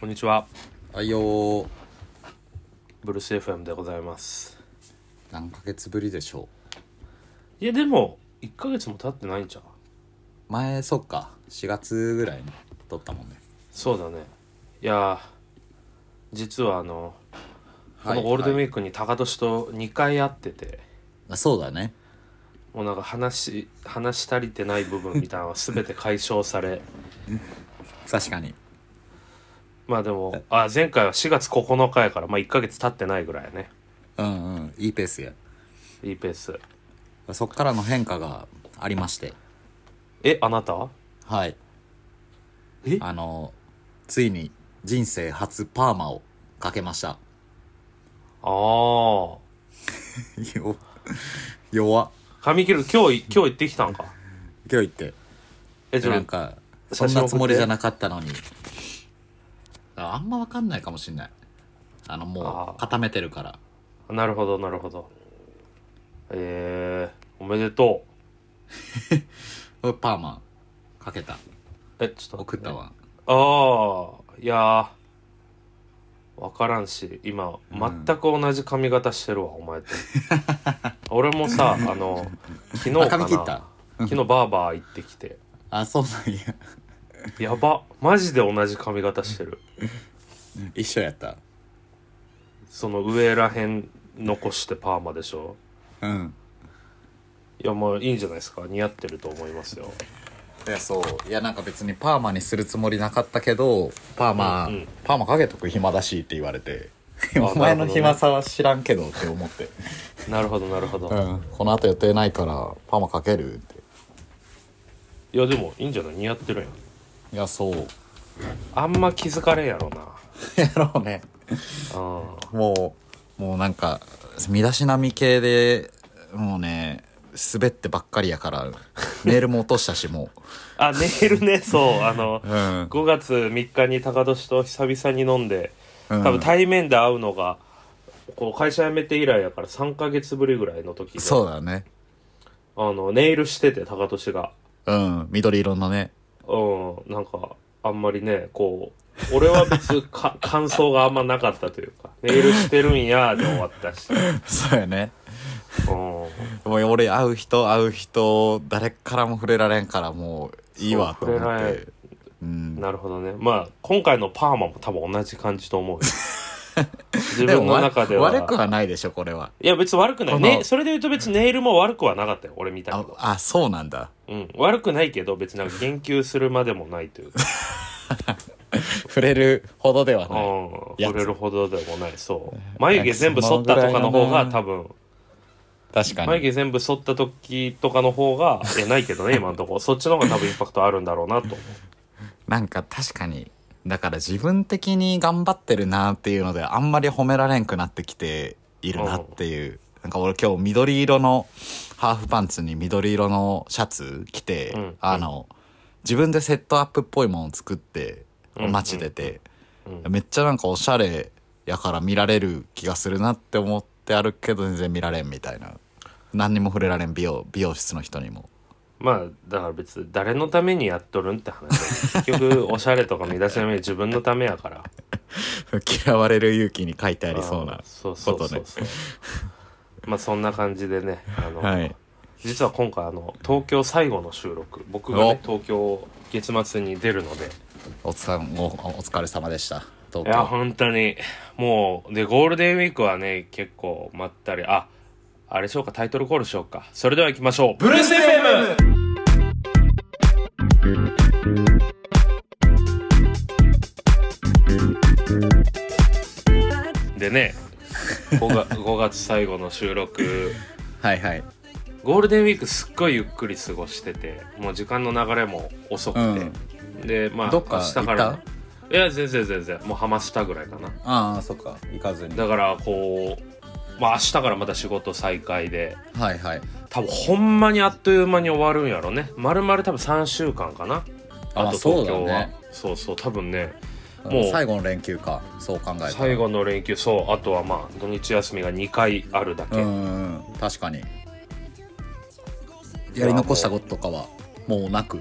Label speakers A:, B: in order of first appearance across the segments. A: こんにちは
B: はいよー
A: ブルース FM でございます
B: 何ヶ月ぶりでしょ
A: いやでも1ヶ月も経ってないんちゃう
B: う前そっか4月ぐらいに撮ったもんね
A: そうだねいやー実はあのこ
B: はい
A: のゴールデンウ
B: はい
A: ィークに高俊と2回会ってて、
B: あそうだね
A: もうなんか話し話し足りてない部分みたいなのは全て解消され
B: 確かに
A: まあでもあ前回は4月9日やからまあ1ヶ月経ってないぐらいやね
B: うんうんいいペースや
A: いいペース
B: そっからの変化がありまして
A: えあなたは
B: はい
A: え
B: あのついに人生初パーマをかけました
A: ああ
B: よ弱
A: 髪切る今日い今日行ってきたんか
B: 今日行って
A: えちょっ
B: な
A: と
B: んかそ
A: 写真
B: んなつもりじゃなかったのにああんまわかんないかもしんないあのも
A: あー
B: う固めてるから
A: なるほどなるほどえー、おめでと
B: これパーマかけた
A: うえちょっと
B: 送ったわ、
A: ああいやー分からんし今
B: うん
A: 全く同じ髪型してるわ、お前 と俺もさあの昨日
B: あ
A: かな
B: 髪切った
A: 昨日バーバー行ってきて
B: あそうなんや
A: やばマジで同じ髪型してる
B: 一緒やった
A: その上らへん残してパーマでしょ
B: うん
A: いやもういいんじゃないですか似合ってると思いますよ
B: いやそういやなんか別にパーマにするつもりなかったけどパーマ、
A: うんうん
B: パーマかけとく暇だしって言われて
A: あ
B: お前
A: なるほど
B: の
A: ね
B: 暇さは知らんけどって思って、
A: なるほどなるほど、
B: うん、この後予定ないからパーマかけるって
A: いやでもいいんじゃない似合ってるやん
B: いやそう
A: あんま気づかれんやろな
B: やろうね
A: うん
B: もうもうなんか身だしなみ系でもうね滑ってばっかりや からメールも落としたしも
A: あネイルねそうあの
B: う、うん、
A: 5月3日に高年と久々に飲んで多分対面で会うのが、こう会社辞めて以来やから3ヶ月ぶりぐらいの時で
B: そうだね
A: あのネイルしてて高年が
B: うん緑色のね
A: うんなんかあんまりねこう俺は別にか 感想があんまなかったというかネイルしてるんやで終わったし、
B: そうやね
A: うん、
B: もう俺会う人会う人誰からも触れられんからもういいわと
A: そう
B: 思
A: 触れら
B: っ
A: れ
B: てうん
A: なるほどねまあ今回のパーマも多分同じ感じと思うよ 自
B: で
A: 分
B: も
A: の
B: わ
A: 中では
B: 悪くはないでしょこれはい
A: や別に悪くない、
B: この
A: ね、それで言うと別にネイルも悪くはなかったよ俺みたい
B: あ
A: な
B: あそうなんだ
A: うん、悪くないけど別になんか言及するまでもないというか、
B: 触れるほどでは
A: う
B: ない
A: ん、
B: やつ
A: 触れるほどでもないそう眉毛全部剃ったとかの方が多分
B: 確か
A: 眉
B: に
A: 毛全部剃った時とかの方がいやないけどね今のとこそっちの方が多分インパクトあるんだろうなと思う
B: なんか確かにだから自分的に頑張ってるなっていうのであんまり褒められんくなってきているなっていうなんか俺今日緑色のハーフパンツに緑色のシャツ着て、
A: うん
B: あの自分でセットアップっぽいものを作って
A: うん
B: 街出て、
A: うん
B: めっちゃなんかおしゃれやから見られる気がするなって思ってあるけど全然見られんみたいな何にも触れられん美容美容室の人にも
A: まあだから別に誰のためにやっとるんって話結局おしゃれとか身だしなみ自分のためやから
B: 嫌われる勇気に書いてありそう
A: あ
B: な
A: ーそうそうそうそうまあそんな感じでねあの、
B: はい
A: 実は今回あの東京最後の収録僕が、ね、
B: お
A: 東京月末に出るので
B: おつかおお疲れ様でした東
A: いや
B: 京
A: 本当にもうでゴールデンウィークはね結構まったりああれしようかタイトルコールしようかそれでは行きましょうブルース FM でね 5, が5月最後の収録
B: はいはい
A: ゴールデンウィークすっごいゆっくり過ごしててもう時間の流れも遅くて、でまあ
B: どっか
A: 明日か
B: 行
A: ら
B: っ
A: いや全然全然もうハマしたぐらいかな
B: ああそっか行かずに
A: だからこうまあ明日からまた仕事再開で
B: はいはい
A: 多分ほんまにあっという間に終わるんやろねまるまる多分3週間かな
B: あ
A: と
B: そう
A: 東
B: だ
A: 京は
B: ね
A: そうそう多分ねも
B: も
A: う
B: う最後の連休かそう考えたら
A: 最後の連休そうあとはまあ土日休みが2回あるだけ、
B: うんうんうん確かにやり残したこととかはもうなく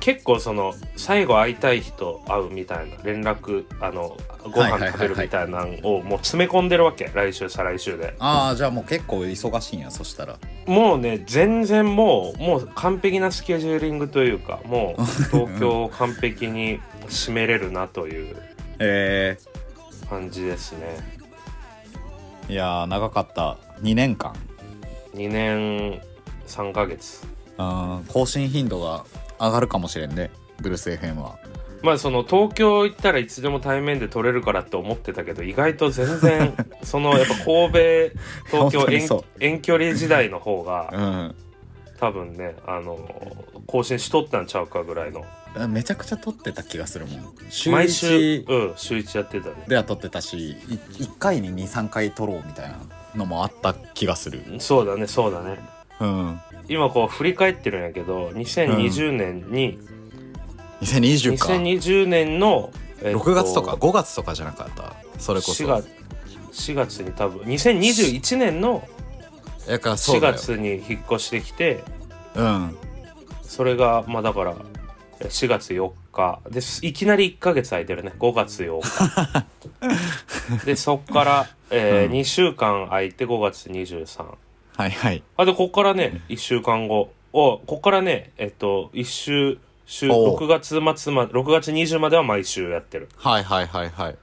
A: 結構その最後会いたい人会うみたいな連絡あのご
B: はいはい
A: 飯
B: はい
A: 食
B: はい
A: べるみたいなのをもう詰め込んでるわけ来週再来週で
B: ああじゃあもう結構忙しいんやそしたら
A: もうね全然もうもう完璧なスケジューリングというかも う東京を完璧に締めれるなという
B: え
A: 感じですね
B: ー、いやー長かった2年間
A: 2年3ヶ月
B: うん更新頻度が上がるかもしれんねブルース FM は
A: まあその東京行ったらいつでも対面で撮れるからって思ってたけど意外と全然 そのやっぱ神戸東
B: 本当
A: 京
B: に
A: 遠
B: そう
A: 遠距離時代の方
B: う
A: が
B: ん
A: 多分ねあの更新しとったんちゃうかぐらいの
B: めちゃくちゃ撮ってた気がするもん週
A: 毎週
B: 1
A: うん週1やってたね
B: では撮ってたし1回に23回撮ろうみたいなのもあった気がする
A: そうだねそうだね
B: うん
A: 今こう振り返ってるんやけど2020年に、
B: 2020か
A: 2020年の、えっ
B: 6月とか5月とかじゃなかったそれこそ
A: 4月4月に多分2021年の
B: やからそ
A: 4
B: うだよ
A: 月に引っ越してきて
B: うん
A: それがまあだからえ4月4日ですいきなり1ヶ月空いてるね5月8日でそっから、え
B: うん
A: 2週間空いて5月23
B: はいはい
A: あでこっからね1週間後をこっからねえっと1週週
B: おう
A: 6月末ま6月20までは毎週やってる
B: はいはいはいはいい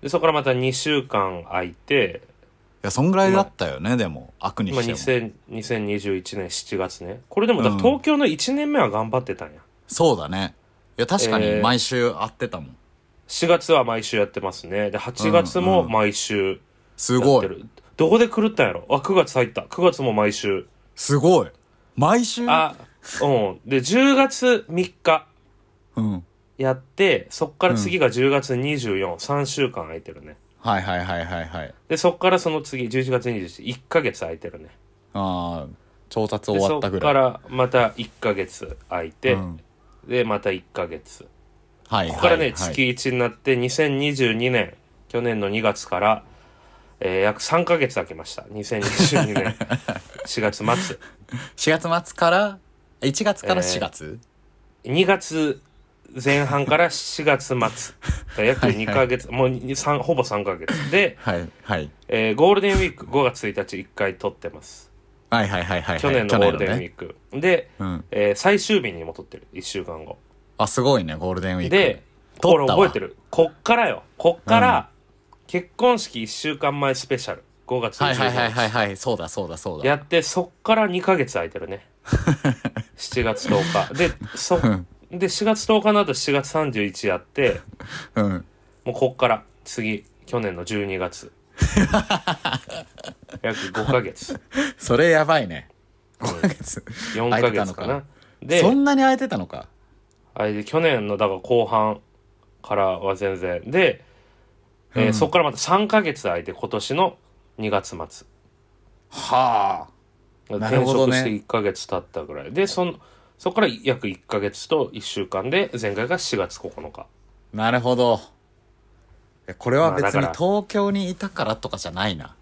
A: でそこからまた2週間空いて
B: やそんぐらいだったよねでも悪に
A: 今
B: しても
A: 2000 2021年7月ねこれでもだから
B: うん
A: 東京の1年目は頑張ってたんや、
B: そうだねいや確か
A: え
B: に
A: ー
B: 毎週会ってたもん、
A: 4月は毎週やってますねで8月も毎週
B: す
A: やっ
B: ご
A: て
B: い
A: る、どこで狂ったんやろあ9月入った9月も毎週
B: すごい毎週
A: あうんで10月3日
B: うん
A: やってそっから次が10月243、週間空いてるね
B: はいはいはいはいはい
A: でそっからその次11月271ヶ月空いてるね
B: ああ調達
A: で
B: 終わ
A: そ
B: っ
A: った
B: ぐ
A: から
B: い
A: らまた1ヶ月空いて、
B: うん
A: でまた1ヶ月
B: はいはいはい
A: ここからね、月1になって2022年去年の2月から、えー約3ヶ月空きました2022年 4月末
B: 4月末から1月から4月、
A: 2月前半から4月末だから約2ヶ月もうに三ほぼ3ヶ月で、
B: はいはい
A: えーゴールデンウィーク5月1日1回撮ってます
B: はいはいはいはい
A: 去年のゴールデンウィ
B: ね
A: ーク、で、
B: うん
A: えー最終日にも撮ってる1週間後
B: あすごいねゴールデンウィーク
A: で
B: 撮
A: これ
B: ったわ
A: 覚えてるこっからよこっから、結婚式1週間前スペシャル5月
B: はいはいは
A: 25
B: い
A: 日
B: はいはいそうだそうだそうだ
A: やってそっから2ヶ月空いてる ね7月10日でそ
B: うん
A: で4月10日の後7月31やって
B: うん
A: もうこっから次去年の12月 約5ヶ月
B: それやばいね5ヶ月
A: 4ヶ月かなで
B: そんなに空いてたのか
A: あれで去年のだから後半からは全然で、えー
B: うん
A: そこからまた3ヶ月空いて今年の2月末
B: はあな
A: 転
B: るほど
A: 職
B: ね
A: して1ヶ月経ったぐらい、でそのそこから約1ヶ月と1週間で前回が4月9日
B: なるほどいやこれは別に
A: まあだから
B: 東京にいたからとかじゃないな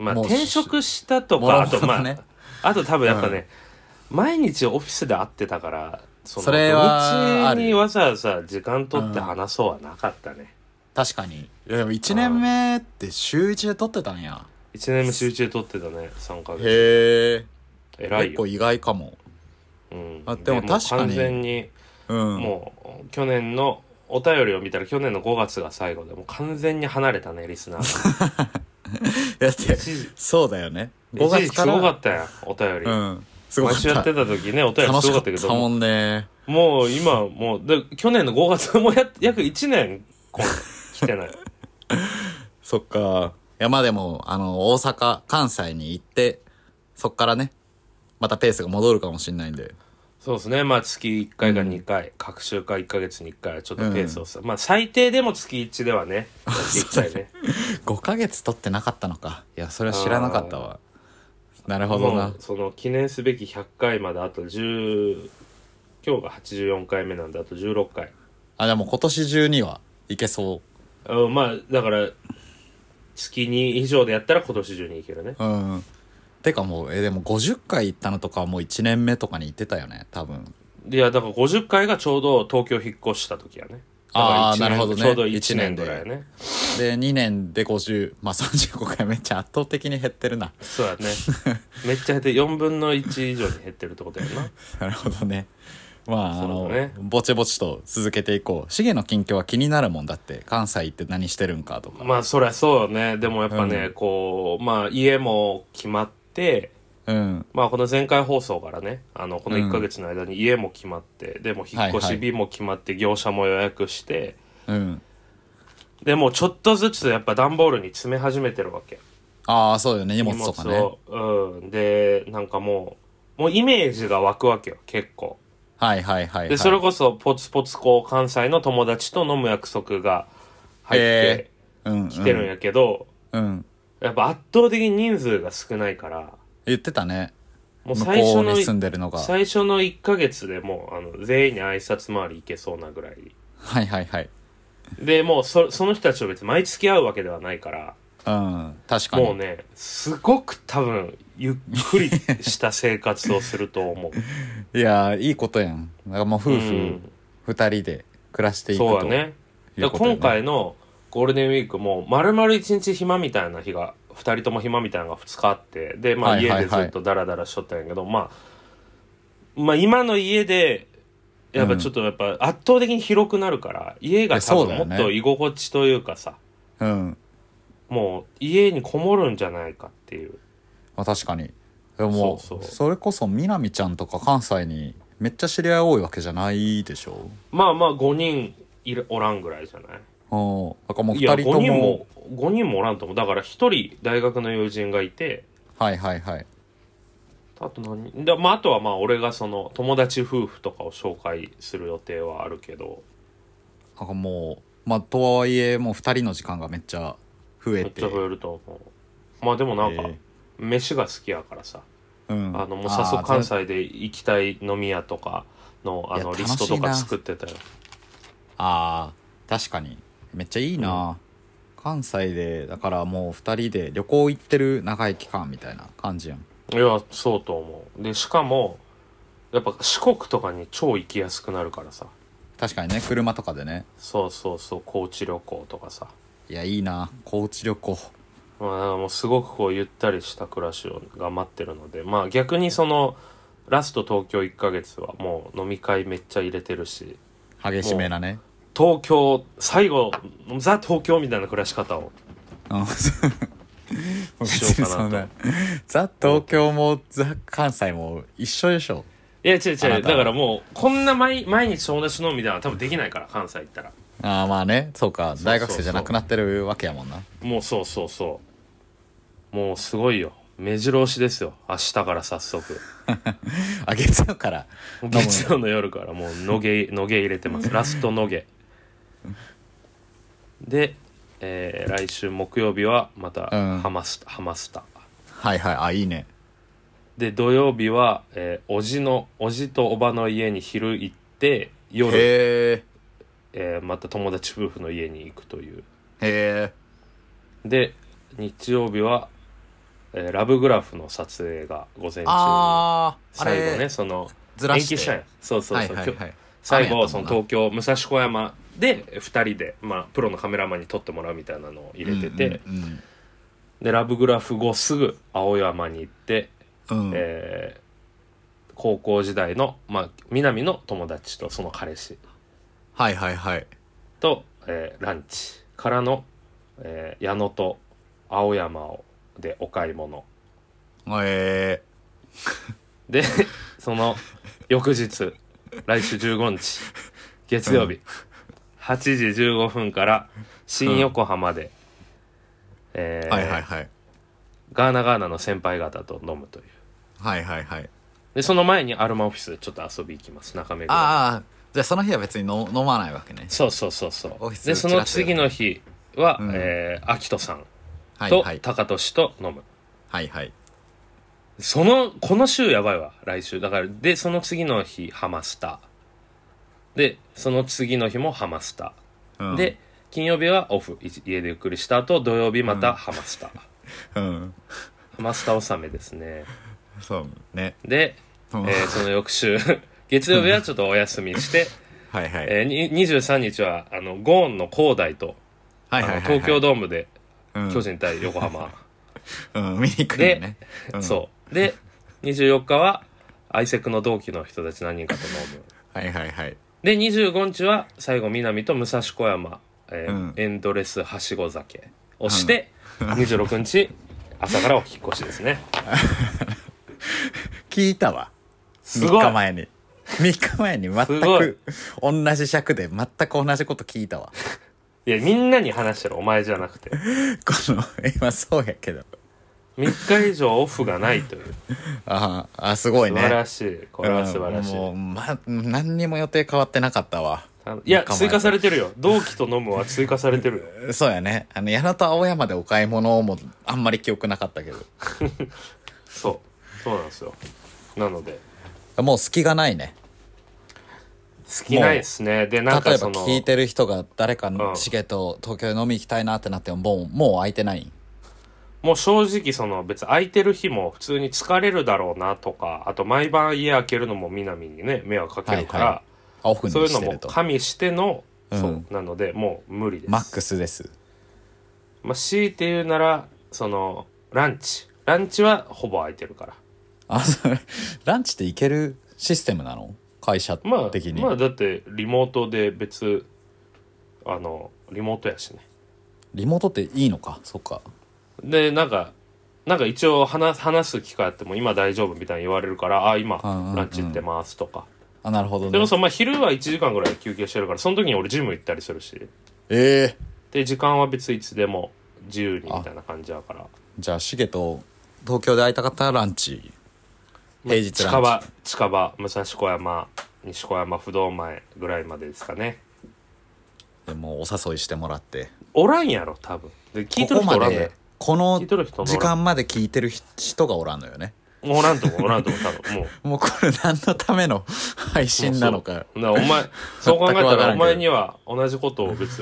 A: まあ
B: もう
A: 転職したと
B: も
A: か
B: ろ
A: あ
B: もろ
A: とま
B: ね
A: ああと多分やっぱね、毎日オフィスで会ってたからその
B: それはあ
A: 土
B: る
A: 日にわざわざ時間取って話そうはなかったね、
B: 確かにいやでも1年目って週1で撮ってたんや
A: 一1年目集中で取ってたね3ヶ月
B: へえ
A: 偉い
B: 結
A: よ
B: 構、意外かも
A: うん、
B: あでも
A: う
B: 確かに
A: 完全に
B: うん
A: もう去年のお便りを見たら去年の5月が最後でもう完全に離れたねリスナー
B: だって
A: 一時
B: そうだよね5
A: 一時
B: 月
A: 期
B: か
A: すごからったやんお便り、
B: うんすごか
A: 毎
B: っ
A: 週やったてた時ねお便り
B: 楽
A: す
B: し
A: ご
B: か
A: かっ
B: っ
A: たけ
B: た
A: ど
B: もんね
A: もう今もうで去年の5月もや約1年こ来 てない
B: そっか。いや、まあでも、あの、大阪、関西に行って、そっからね、またペースが戻るかもしれないんで。
A: そうですねまあ月1回か2回、各週か1か月に1回はちょっとペースをさ、まあ最低でも月1では ね1回ね
B: 5ヶ月撮ってなかったのか。いや、それは知らなかったわ。なるほど
A: も
B: な
A: う。その記念すべき100回まであと10今日が84回目なんであと16回
B: あ、じゃあもう今年中にはいけそ
A: うんまあだから月2以上でやったら今年中に行けるね
B: う。うん。てかもう、え、でも50回行ったのとかはもう1年目とかに行ってたよね、多分。
A: いやだから50回がちょうど東京引っ越した時やねだから
B: ああ
A: 一年
B: なるほどね
A: ちょうど1年
B: 1年
A: ぐ
B: で
A: らいね
B: で2年で50まあ35回めっちゃ圧倒的に減ってるな
A: そうやね めっちゃ減って4分の1以上に減ってるってことやな
B: なるほどねまあ、あ
A: そう
B: の
A: だね
B: ぼちぼちと続けていこうシゲの近況は気になるもんだって関西行って何してるんかとか、
A: まあそりゃそうよねでもやっぱね、
B: う
A: こうまあ家も決まって
B: うん
A: まあこの前回放送からねあのこの
B: うん
A: 1ヶ月の間に家も決まって、でも引っ越
B: はいは
A: し
B: い
A: 日も決まって業者も予約して
B: うん
A: でもうちょっとずつやっぱ段ボールに詰め始めてるわけ
B: ああそうよね荷物とかね
A: 荷物をうんでなんかもうもうイメージが湧くわけよ結構
B: はいはいはい、はい、
A: でそれこそポツポツこう関西の友達と飲む約束が入って
B: うん
A: きてるんやけど、
B: うん、うん、
A: やっぱ圧倒的に人数が少ないから
B: 言ってたね
A: もう
B: 向
A: 最初
B: こう
A: の
B: に住んでるのがは
A: 最初の1ヶ月でもうあの全員に挨拶回り行けそうなぐらい
B: いはいはい
A: でもうそその人たちと別に毎月会うわけではないから
B: うん確かに
A: もうねすごく多分ゆっくりした生活をすると思う
B: いやーいいことやんなんかもう夫
A: う
B: 婦
A: ん
B: 二人で暮らしていくと
A: そうだね
B: いう
A: で
B: ことよね
A: 今回のゴールデンウィークも丸々一日暇みたいな日が2人とも暇みたいなのが2日あってで、まあ、
B: はい
A: 家
B: はいはい
A: でずっとダラダラしとったんやけど、まあ、まあ今の家でやっぱちょっとやっぱ圧倒的に広くなるから家が多
B: そうだ
A: 分
B: よ
A: も
B: ね
A: っと居心地というかさ
B: うん、
A: もう家にこもるんじゃないかっていう
B: まあ、確かにでも
A: そ
B: そう
A: そう
B: れこそみなみちゃんとか関西にめっちゃ知り合い多いわけじゃないでしょ
A: まあまあ5人いるおらんぐらいじゃない
B: うんだからもう
A: いや
B: 二人
A: 5
B: と
A: 人
B: も
A: も5人もおらんと思うだから1人大学の友人がいて
B: はいはいはい
A: あと何で、まあ、あとはまあ俺がその友達夫婦とかを紹介する予定はあるけど
B: なんかもうまあとはいえもう二人の時間がめっちゃ増え
A: めってちゃ増えると思うまあでもなんか
B: え
A: 飯が好きやからさ、
B: うん
A: あのもう早速関
B: あー
A: 西で行きたい飲み屋とかのあ
B: いや
A: のリ
B: 楽しいな
A: ストとか作ってたよ
B: あー確かにめっちゃいいな、関西でだからもう二人で旅行行ってる長い期間みたいな感じやん
A: いやそうと思うでしかもやっぱ四国とかに超行きやすくなるからさ
B: 確かにね車とかでね
A: そうそうそう高知旅行とかさ
B: いやいいな高知旅行
A: まあ、だからもうすごくこうゆったりした暮らしをが待ってるのでまあ逆にそのラスト東京1ヶ月はもう飲み会めっちゃ入れてるし
B: 激しめなね
A: 東京最後ザ東京みたいな暮らし方を
B: うん 別
A: しよう
B: に
A: か
B: そん
A: な
B: なザ東京もザ関西も一緒でしょ
A: いや違う違う
B: あなたは
A: だからもうこんな毎毎日友達と飲むみたいなの多分できないから関西行ったら
B: ああまあねそうか
A: そう
B: 大学生じゃなくなってるわけやもんな
A: もうそうそうそうもうすごいよ目白押しですよ明日から早速
B: あ月曜から
A: もう月曜の夜からもうのげのげ入れてますラストのげで、えー来週木曜日はまた
B: うん
A: ハマスタ、ハマスタ
B: はいはいあいいね
A: で土曜日は、えーおじのおじとおばの家に昼行って夜、
B: へ
A: えーまた友達夫婦の家に行くという
B: えへえ
A: で日曜日は、えーラブグラフの撮影が午前中に
B: あーあ
A: 最後ね
B: れ
A: その
B: ずら
A: 延
B: して
A: 期したんやそうそうそう、
B: はいはい
A: 今日
B: はい
A: 最
B: 雨や
A: 後
B: った
A: そ
B: もん
A: の
B: な
A: 東京武蔵小山で2人で、まあ、プロのカメラマンに撮ってもらうみたいなのを入れてて、
B: うん
A: でラブグラフ後すぐ青山に行って、
B: うんうん、うん
A: えー高校時代の、まあ、南の友達とその彼氏
B: はいはいはい
A: と、えーランチからの、えー矢野と青山をでお買い物
B: え
A: で その翌日来週15日月曜日、8時15分から新横浜で、え
B: え
A: ー
B: はいはいはい
A: ガーナガーナの先輩方と飲むという
B: はいはいはい
A: でその前にアルマオフィスでちょっと遊び行きます中目黒
B: ああじゃあその日は別に飲飲まないわけね
A: そうそうそうそ
B: オ
A: う
B: フィス
A: でその次の日は、
B: うん
A: えー、アキトさん
B: はい
A: と
B: はい
A: タカトシと飲む、
B: はいはい
A: そのこの週やばいわ来週だからでその次の日ハマスタでその次の日もハマスタ
B: うん
A: で金曜日はオフい家でゆっくりした後土曜日またハマスタ、
B: うん
A: ハマスタ納めですね
B: そうね
A: で、
B: う
A: え
B: ん
A: ーその翌週 月曜日はちょっとお休みして、
B: はいはい。
A: えーに23日はあのゴーンの広大と、
B: は
A: あ
B: いはい
A: の
B: はいはい。
A: 東京ドームで
B: うん
A: 巨人対横浜、
B: うん、見に行くよね。 うん
A: そうで24日はアイセクの同期の人たち何人かと飲む
B: はいはいはい。
A: で25日は最後南と武蔵小山、えー
B: うん
A: エンドレスはしご酒をして、26日朝からお引っ越しですね
B: 聞いたわ。
A: す
B: 3
A: ごい
B: 日前に。3日前に全
A: すごい
B: く同じ尺で全く同じこと聞いたわ。
A: いやみんなに話してるお前じゃなくて
B: この、今そうやけど。
A: 3日以上オフがないという
B: あーあ、すごい
A: 素
B: ね。
A: 晴らしいこれは素晴らしい、
B: うんもう、ま、何にも予定変わってなかったわ。
A: あのいや
B: 仲間
A: 追加されてるよ同期と飲むは追加されてるよ
B: そうやね。あの、矢野と青山でお買い物もあんまり記憶なかったけど。
A: そうそうなんですよなので
B: もう隙がないね。
A: 好きないですねでなん
B: 例
A: か
B: えば
A: その
B: 聞いてる人が誰か
A: う
B: の
A: ん
B: チケット東京に飲み行きたいなってなってももうもう空いてない
A: もう正直その別に空いてる日も普通に疲れるだろうなとかあと毎晩家開けるのも南にね迷惑かけるから、
B: はいはあオフに
A: そういうの
B: して
A: も
B: ると
A: 加味しての、
B: うん
A: そうなのでもう無理です
B: マックスです
A: まあ、強いて言うならそのランチランチはほぼ空いてるから
B: あそれランチって行けるシステムなの会社
A: まあ
B: 的に、
A: まあだってリモートで別あのリモートやしね
B: リモートっていいのかそっか
A: でなんかなんか一応話話す機会あっても今大丈夫みたいに言われるからあ今
B: うんうんうん
A: ランチ行ってますとか、
B: あなるほど
A: で
B: ね
A: もそのまあ昼は1時間ぐらい休憩してるからその時に俺ジム行ったりするし
B: ええ
A: で時間は別にいつでも自由にみたいな感じだから
B: じゃあシゲと東京で会いたかったらランチ平日
A: 近
B: ラン
A: 場近場武蔵小山西小山不動前ぐらいまでですかね
B: チでもうお誘いしてもらって
A: おらんやろ多分で聞いてる
B: ここ
A: 人お
B: ま
A: らんね
B: でこの
A: 聞いてる人おらん
B: 時間まで聞いてる人がおらんのよね
A: おらんとこおらんとこ多分も う
B: もうこれ何のた めの配信なのか
A: なお前そう考え
B: 全く
A: たら
B: わからんけ
A: お
B: ど
A: 前には同じことを別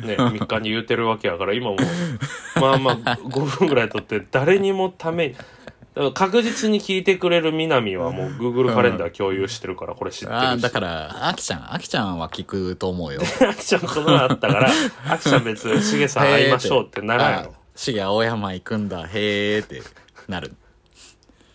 A: に ね3日に言うてるわけやから今もうまあまあ5分ぐらい取って誰にもためにだから確実に聞いてくれる南はもう Google カレンダー共有してるからこれ知って
B: ああ
A: るし
B: だからあきちゃんあきちゃんは聞くと思うよ
A: アキちゃんこの前あったからアキちゃん別にしげさん会いましょうってならんや
B: あ
A: ろ
B: シゲ青山行くんだへえってなる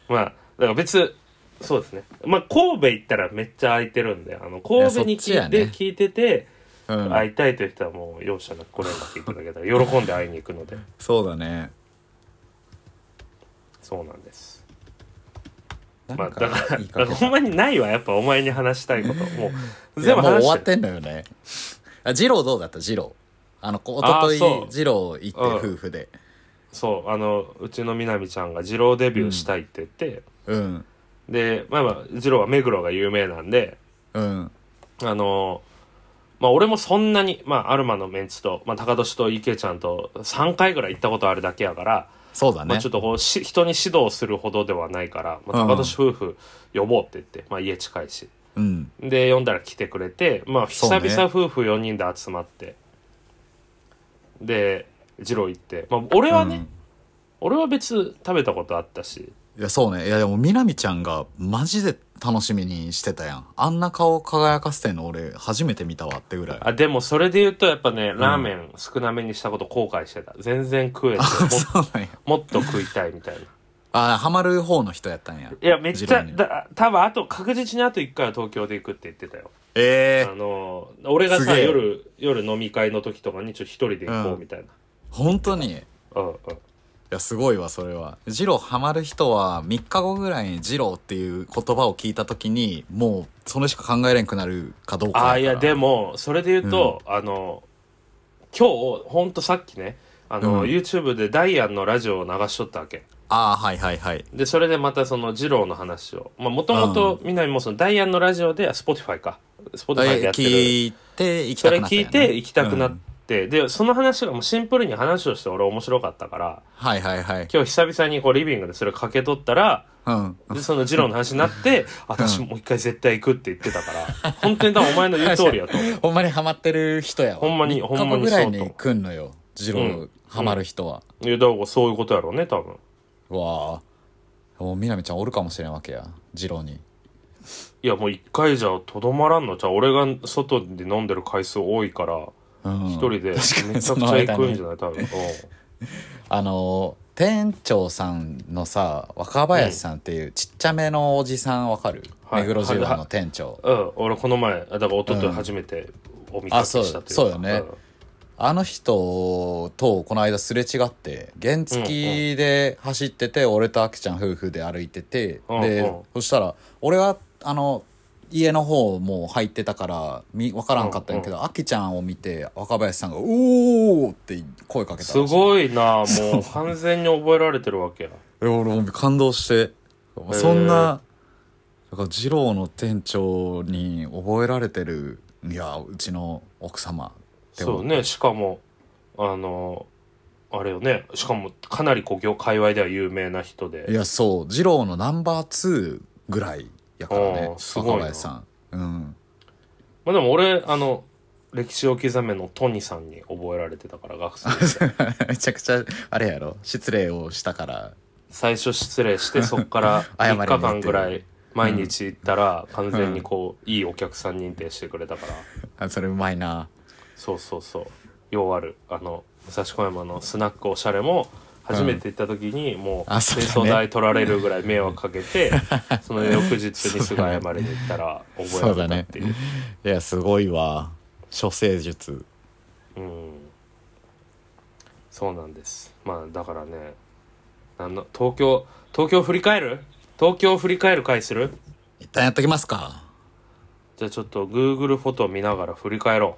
A: まあだから別そうですねまあ神戸行ったらめっちゃ空いてるんであの神戸に聞
B: いやそ
A: い
B: っち
A: て
B: やね
A: 聞いてて
B: うん
A: 会いたいという人はもう容赦なくご連絡いただけたら喜んで会いに行くので
B: そうだね
A: そうなんですま
B: な
A: あ
B: ん
A: だから
B: いい
A: だから
B: か
A: ほんまにないわやっぱお前に話したいこともう
B: い
A: 全
B: や
A: 部
B: もう終
A: 話
B: わ
A: し
B: って
A: る
B: てんのよねあ二郎どうだった二郎あのこ一昨
A: あーそう
B: 日二郎行って
A: うん
B: 夫婦で
A: そうあのうちのみなみちゃんが二郎デビューしたいって言って、
B: うん
A: でまあまあ二郎は目黒が有名なんで
B: うん
A: あのまあ俺もそんなに、まあ、アルマのメンツと、まあ、高俊と池ちゃんと3回ぐらい行ったことあるだけやから、
B: そうだ
A: まあ、
B: ね
A: ちょっとこうし人に指導するほどではないから、まあ、
B: うん
A: 高俊夫婦呼ぼうって言って、まあ、家近いし
B: うん
A: で呼んだら来てくれて、まあ、
B: そう
A: 久
B: ね
A: 々夫婦4人で集まって、で二郎行って、まあ、俺はね、
B: うん
A: 俺は別食べたことあったし
B: いやそうねいやでもみなみちゃんがマジで楽しみにしてたやんあんな顔輝かせてんの俺初めて見たわってぐらい
A: あでもそれで言うとやっぱねラーメン少なめにしたこと後悔してた全然食えても
B: あ そうなんや
A: も っと食いたいみたいな。
B: あハマる方の人やったんや
A: いや、めっち
B: ジロ
A: ゃ、
B: ーに
A: だ多分あと、確実にあと1回は東京で行くって言ってたよ。
B: ええ
A: あの、俺が
B: す
A: さ、
B: げえ
A: 夜、夜飲み会の時とかにちょっと一人で行こうみたいな。
B: 本当にい
A: うん、うん、
B: やすごいわそれはジローハマる人は3日後ぐらいにジローっていう言葉を聞いた時にもうそれしか考えれんくなるかどうか
A: ああ、いや、で
B: も
A: も、それで言うと、あの、今日、ほんとさっきね、あの、
B: うん
A: YouTube でダイアンのラジオを流しとったわけ。
B: ああはいはいはい
A: で、それでまたその、二郎の話を。まあ、もともと、みんなもその、ダイアンのラジオで、Spotify か。Spotify で
B: え
A: やってる。
B: 聞いて行き
A: そ
B: た
A: れ
B: くなった
A: 聞
B: よ、
A: い
B: ね、
A: て行きたくな
B: う
A: っ
B: ん
A: て、で、その話がもうシンプルに話をして俺面白かったから、
B: はいはいはい
A: 今日久々にこうリビングでそれかけとったら、
B: うん
A: でその二郎の話になっ て、私もう一回絶対行くって言ってたから、 本当に多分お前の言う通りやと思う。
B: ほんまにハマってる人やわ
A: ほんまに
B: 3
A: ほん
B: 日
A: ま
B: 後
A: に
B: ぐらい
A: そう
B: に
A: と
B: 来んのよジロ
A: う
B: ー
A: ん
B: ハマる人は、
A: いやだからそういうことやろうね、多分。
B: わあもうみなみちゃんおるかもしれんわけやジローに
A: いやもう一回じゃとどまらんのじゃあ俺が外で飲んでる回数多いから
B: うん
A: 一人でめ
B: 確かに
A: ちゃ
B: そ
A: くち
B: の
A: ゃ
B: 間
A: 行
B: に
A: くんじゃない多分うん
B: あの店長さんのさ若林さんっていうちっちゃめのおじさんわかる、
A: はい
B: 目黒十番の店長
A: うん、俺この前あだから一昨日初めてお見かけしたというか、
B: あそうそうよねあの人とこの間すれ違って原付で走ってて、俺とあきちゃん夫婦で歩いてて、
A: うん
B: で、
A: うん
B: そしたら俺はあの家の方もう入ってたからみ分からんかったんやけど、あきちゃんを見て若林さんが「おお!」って声かけた
A: すご
B: い
A: いなあもう完全に覚えられてるわけや
B: 俺もう感動してそんなだから二郎の店長に覚えられてるいやうちの奥様って
A: そうねしかもあのあれよねしかもかなりこう業界隈では有名な人
B: い
A: で
B: やそう二郎のナンバー2ぐらいやからね
A: あーすごいな
B: 若林さんうん
A: まあでも俺あの歴史を刻めのトニさんに覚えられてたから学 生時代
B: めちゃくちゃあれやろ失礼をしたから
A: 最初失礼してそっから 3
B: 謝りに行って
A: 日間ぐらい毎日行ったら完全にこういいお客さん認定してくれたから
B: あそれうまいな
A: そうそうそうようあるあの武蔵小山のスナックおしゃれも初めて行った時にもう
B: あそう
A: 清
B: だ
A: 掃
B: ね
A: 代取られるぐらい迷惑かけ てその翌日にすぐ謝りに行ったら覚えられたっていう
B: いやすごいわ処世術
A: うんそうなんですまあだからねあの東京東京振り返る東京振り返る回する
B: 一旦やっときますか
A: じゃあちょっと Google フォト見ながら振り返ろ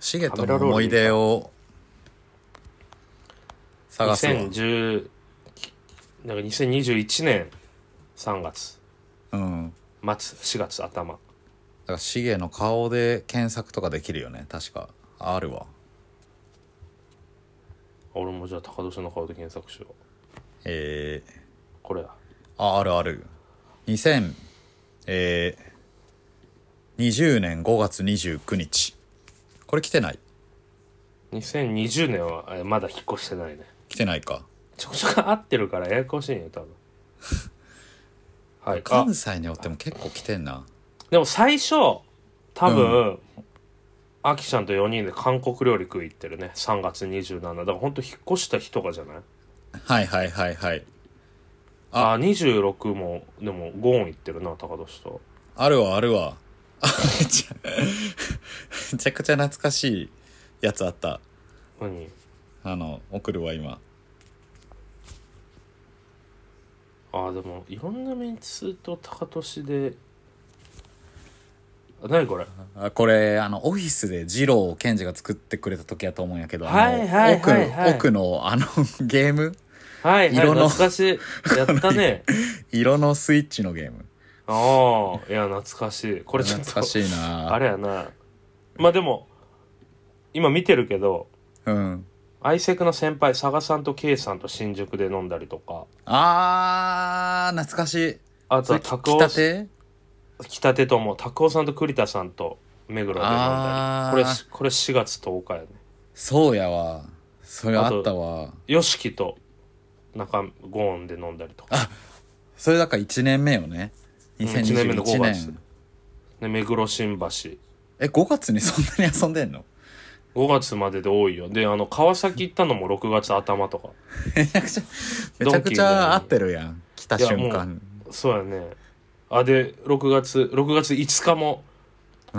B: シゲとの思い出
A: う
B: を探すわ
A: 2010なんか2021年3月
B: うん
A: 末4月頭
B: だからシゲの顔で検索とかできるよね確かあるわ
A: 俺もじゃあ高年の顔で検索しよう
B: えー、
A: これや
B: あ、あるある。2000、えー、20年5月29日。これ来てない
A: 2020年はえまだ引っ越してないね
B: 来てないか。
A: ちょこちょこ合ってるからややこしいね多 分はいあ
B: 関西におっても結構来てんな。
A: でも最初多分、アキちゃんと4人で韓国料理食い行ってるね3月27だからほんと引っ越した日とかじゃない
B: はいはいはいはい。
A: あ26もでも5音行ってるな高年と
B: あるわあるわ。 あめちゃ、めちゃくちゃ懐かしいやつあった。
A: 何
B: あの、送るわ今。
A: あでもいろんなメンツと高年であ何これ
B: あこれあのオフィスで二郎健二が作ってくれた時やと思うんやけど、あの
A: はいはい
B: 奥の
A: はいはい
B: 奥のあ のゲーム
A: はいはい
B: 色の
A: 懐かしいやった ね
B: 色のスイッチのゲーム
A: ああいや懐かしいこれちょっ
B: 懐
A: と
B: かしいな
A: あれやなまあでも今見てるけど
B: うん
A: 相席の先輩佐賀さんと K さんと新宿で飲んだりとか
B: あー懐かしい
A: あと
B: そ
A: は
B: れ
A: 拓
B: き
A: 夫
B: たて
A: 来たてとも拓夫さんと栗田さんと目黒で飲んだ
B: あー
A: りこれこれ4月10日やね
B: そうやわそれあったわ
A: YOSHIKI と中ゴーンで飲んだりとか
B: それだから1年目よね
A: 一年目の
B: 2021
A: 5
B: 年
A: 月で目黒新橋5
B: え5月にそんなに遊んでんの
A: 月までで多いよであの川崎行ったのも6月頭とか
B: めちゃくちゃめちゃくちゃ合ってるやん来た瞬間
A: そうやねあで6月6月5日も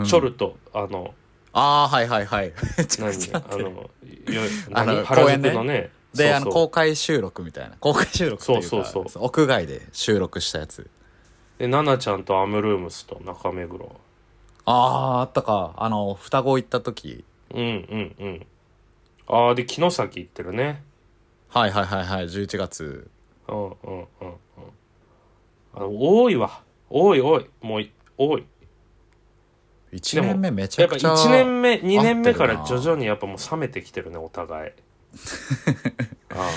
A: チョルと、あの
B: ああはいはいはい めちゃ
A: 何
B: くちゃ合
A: あ
B: ってる
A: の
B: あの
A: 何原
B: 公
A: 宿
B: 園ね
A: のね
B: であ
A: そ
B: の
A: うそう
B: 公開収録みたいな公開収録っていうか
A: そうそうそ
B: 屋外で収録したやつ
A: で奈々ちゃんとアムルームスと中目黒
B: あああったかあの双子行った時
A: うんうんうんああで城崎行ってるね
B: はいはいはいはい11月
A: うんうんうんうんあの多いわ多い多いもうい多い
B: 1年目めち
A: や
B: ゃ
A: っぱ
B: くちゃ
A: 1年目2年目
B: 合って
A: か
B: るな
A: ら徐々にやっぱもう冷めてきてるねお 互いあ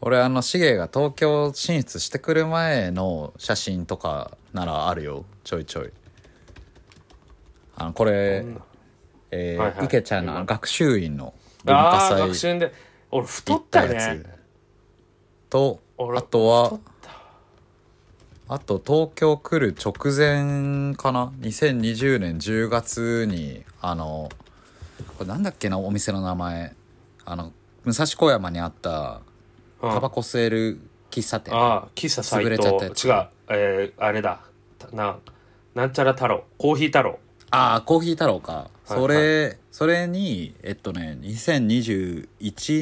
B: 俺あのシゲが東京進出してくる前の写真とかならあるよちょいちょいあのこれ
A: んな、
B: えー
A: はいはい
B: 池ちゃんのあの学習院の
A: あ
B: 文化
A: ああ学
B: 祭
A: 習で俺太
B: 行
A: っ
B: った
A: た
B: や
A: ね
B: つと
A: 俺
B: あと
A: 太っ
B: は
A: た
B: あと東京来る直前かな2020年10月にあのこれなんだっけなお店の名前あの武蔵小山にあった
A: うん
B: タバコ吸える喫茶店
A: ああ喫茶斎
B: 潰れ
A: 藤
B: ちゃったやつ
A: 違うえーあれだたななんちゃら太郎コーヒー太郎
B: ああコーヒー太郎か、
A: はい
B: それそれにえっとね2021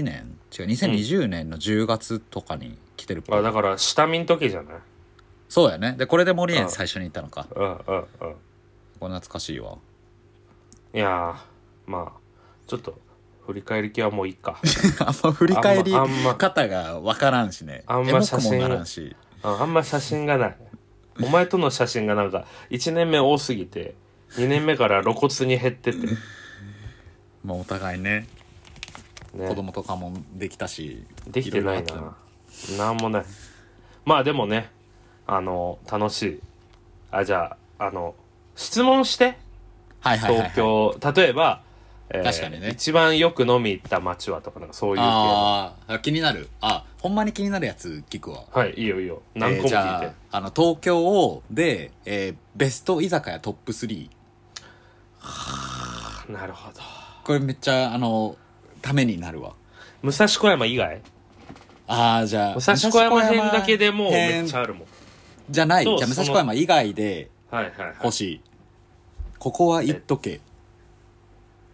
B: 年違う2020年の10月とかに来てるっぽい
A: あだから下見ん時じゃない
B: そうやねでこれで森
A: う
B: 園
A: ん
B: 最初に行ったのか
A: うんうんうん
B: これ懐かしいわ
A: いやーまあちょっと振り返り系はもういい か
B: あんま振り返り
A: あんまあんま
B: 方が分からんしね。
A: あんま
B: エモくも
A: 写真
B: ならんし。
A: ああんま写真がないお前との写真がなんか1年目多すぎて2年目から露骨に減ってて、ね、
B: まあお互いね、子供とかもできたし。
A: できてない
B: ろろあっ
A: ななんもないまあでもねあの楽しいあじゃああの質問して
B: たはいはいはい、はい。
A: 東。京例えば、えー
B: 確かにね
A: 一番よく飲み行った街はとかなんかそういう系の
B: あーあ、気になる。あ、ほんまに気になるやつ聞くわ。
A: はいいいよいいよ何個
B: えー
A: も
B: じ
A: 聞いて、
B: ゃあ、あの、東京を、で、えーベスト居酒屋トップ3。
A: なるほど
B: これめっちゃ、あの、ためになるわ。
A: 武蔵小山以外
B: ああ、じゃあ、
A: 武蔵小山編
B: 武蔵小
A: だけでもうめっ
B: 編
A: ちゃあるもん
B: じゃない。じゃ
A: そう
B: あ、武蔵
A: そ
B: 小
A: の
B: 山以外で
A: はいはいはい
B: 欲しい。ここは言っとけ。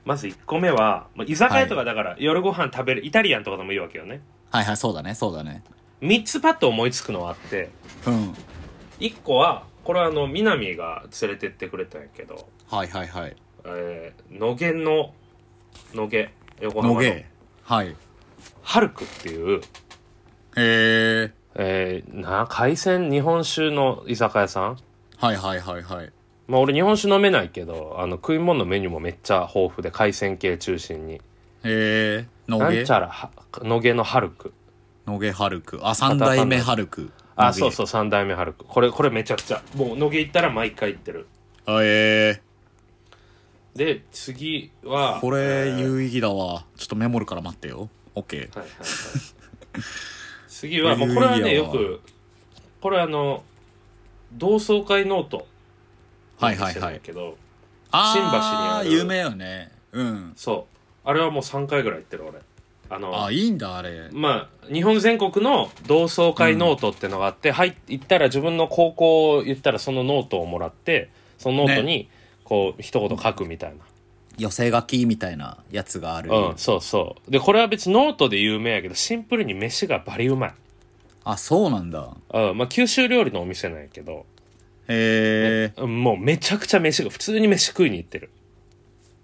A: まず1個目はまあ居酒屋とかだから夜ご飯食べるイタリアンとかでもいいわけよね
B: はいはい、そうだね、そうだね。
A: 3つパッと思いつくのはあって
B: うん。
A: 1個はこれはあの南が連れてってくれたんやけど、
B: はいはいはい。
A: えー、野毛の野毛横浜
B: の
A: の
B: げ。はい。へ
A: ハルクっていう、
B: え。
A: えー、な海鮮日本酒の居酒屋さん
B: はいはいはいはい。
A: まあ俺日本酒飲めないけどあの食い物のメニューもめっちゃ豊富で海鮮系中心に
B: へえ。の
A: な
B: げ
A: んち。ゃらは野毛のハルク
B: のげはるく。あ、三代目はるく。
A: あそう
B: う。
A: そう三代目ハルクこれこれめちゃくちゃもう野毛行ったら毎回行ってる
B: あえ
A: で次は
B: ー。こ
A: え
B: れ
A: ー
B: 有意義だわ。ちょっとメモるから待ってよ。オッケ
A: はいはいはい次は
B: こ
A: もうこ
B: れ
A: れはね
B: 有意
A: よ
B: 義やわ
A: くこれあの同窓会ノート
B: はいはいはい
A: けど
B: ー。
A: 新橋にあ
B: あ
A: る
B: ー有名よね。うん。
A: そうあれはもう3回ぐらい行ってる俺あの
B: あ、いいんだ、あれ。
A: まあ日本全国の同窓会ノートってのがあって、入っ行ったら自分の高校を言ったらそのノートをもらってそのノートにこう一言書くみたいな、
B: 寄せ書きみたいなやつがある。
A: うん、そうそうでこれは別にノートで有名やけどシンプルに飯がバリうまい、
B: あ、そうなんだ。
A: うんまあ、九州料理のお店なんやけど
B: へえ。
A: うんもうめちゃくちゃ飯が普通に飯食いに行ってる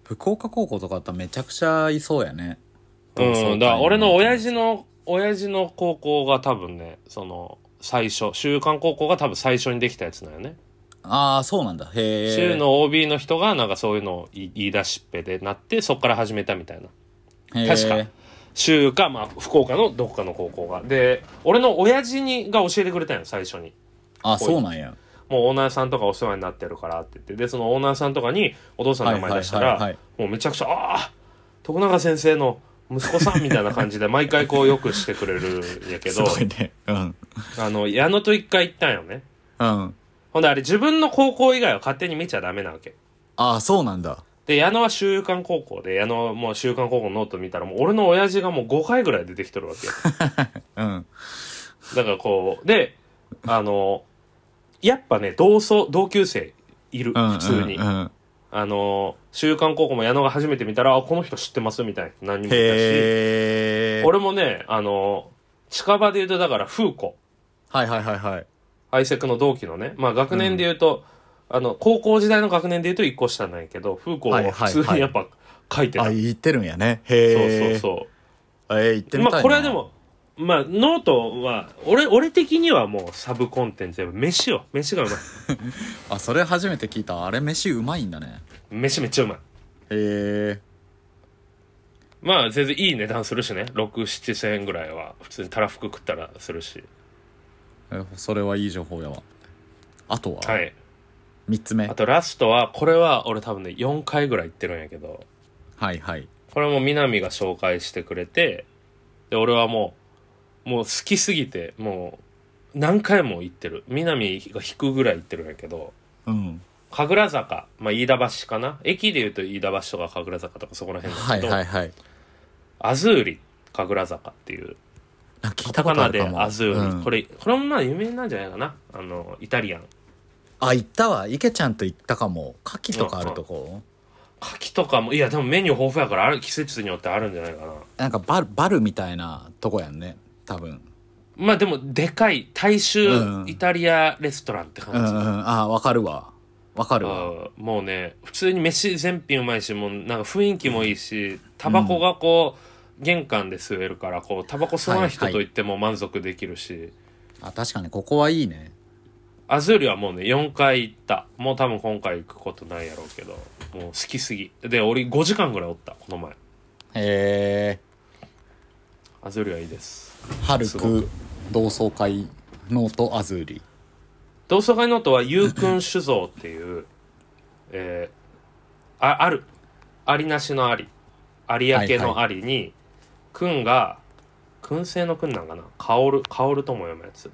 B: 福岡高校とかだったらめちゃくちゃいそうやね。
A: うんだから俺の親
B: 父。
A: 父の親父の高校が多分ねその最初週刊高校が多分最初にできたやつなんよね
B: ああ、そうなんだ。へえ。
A: 州の OB の人がなんかそういうのを言い言い出しっぺでなってそこから始めたみたいな
B: へー
A: 確か州か、まあ、福岡のどっかの高校がで俺の親父にが教えてくれたんよ最初に
B: あ、そうなんや。
A: もうオーナーさんとかお世話になってるからって言ってでそのオーナーさんとかにお父さんの名前出した
B: はいはい
A: ら
B: はい
A: もうめちゃくちゃ「ああ徳永先生の息子さん」みたいな感じで毎回こうよくしてくれるんやけ
B: す
A: ど
B: ごいね。うん。
A: あの矢野と一回行ったんよね
B: うん。
A: ほんであれ自分の高校以外は勝手に見ちゃダメなわけ
B: ああ、そうなんだ。
A: で、矢野は週刊高校で、矢野はもう週刊高校のノート見たら、もう俺の親父がもう5回ぐらい出てきとるわ けよ。
B: うん。
A: だからこう、で、あの、やっぱね、同窓、同級生いる、
B: うん。
A: 普通に。
B: うんうん。
A: あの、週刊高校も矢野が初めて見たら、あ、この人知ってますみたいな、何人もいたし、
B: へえ。
A: 俺もね、あの、近場で言うと、だから、風子、
B: はいはいはいはい。
A: 愛セクの同期のね、まあ学年で言うと、あの、高校時代の学年で言うと1個下なんやけど、風子
B: はい
A: は
B: はい
A: 普通にやっぱ書いてた。
B: あ、言ってるんやね。へ
A: そう
B: え。
A: そう
B: う
A: そう。
B: そう。えー、言ってみたいな。
A: まあこれはで。もまあノートは俺俺的にはもうサブコンテンツやっぱ飯よ飯がうまい
B: あ、それ初めて聞いた。あれ、飯うまいんだね。
A: 飯めっちゃうまい
B: へえ。
A: まあ全然いい値段するしね67000円ぐらいは普通にたらふく食ったらするし
B: えそれはいい情報やわ。あと
A: は
B: は、
A: い
B: 三つ目。
A: あとラストはこれは俺多分ね4回ぐらい行ってるんやけど
B: はいはい。
A: これも南が紹介してくれてで俺はもうもう好きすぎてもう何回も行ってる南が引くぐらい行ってるんやけど
B: うん。
A: 神楽坂、まあ、飯田橋かな駅でいうと飯田橋とか神楽坂とかそこら辺なんだ
B: は
A: け
B: い
A: ど、
B: はいはい。
A: アズーリ神楽坂っていう
B: なんか聞い
A: カ
B: た
A: タ
B: ことあ
A: ナ
B: る
A: で
B: かも。
A: アズーリ、
B: うん
A: これこれもまあ有名なんじゃないかなあのイタリアン
B: あ、行ったわ。池ちゃんと行ったかも。牡蠣とかあるとこ、
A: 牡蠣とかもいやでもメニュー豊富やからある季節によってあるんじゃないかな
B: なんかバル、バルみたいなとこやんね。多分。
A: まあでもでかい大衆
B: うん
A: イタリアレストランって
B: うんうん。
A: 感じ、
B: あ、わかるわ。わかるわ。
A: あーもうね普通に飯全品うまいしもうなんか雰囲気もいいしタバコがこう、玄関で吸えるからこうタバコ吸わない人と言っても満足できるし、
B: あ、確かにここはいいね。
A: アズーリはもうね4回行ったもう多分今回行くことないやろうけどもう好きすぎで俺5時間ぐらいおったこの前
B: へ
A: アズーリはいいです
B: え。ハル
A: すご
B: ク同窓会ノートアズーリ。
A: 同窓会ノートはゆうくん酒造っていうえーああるありなしのあり有明のありに、くんが燻製のくんなんかな薫薫とも読むやつ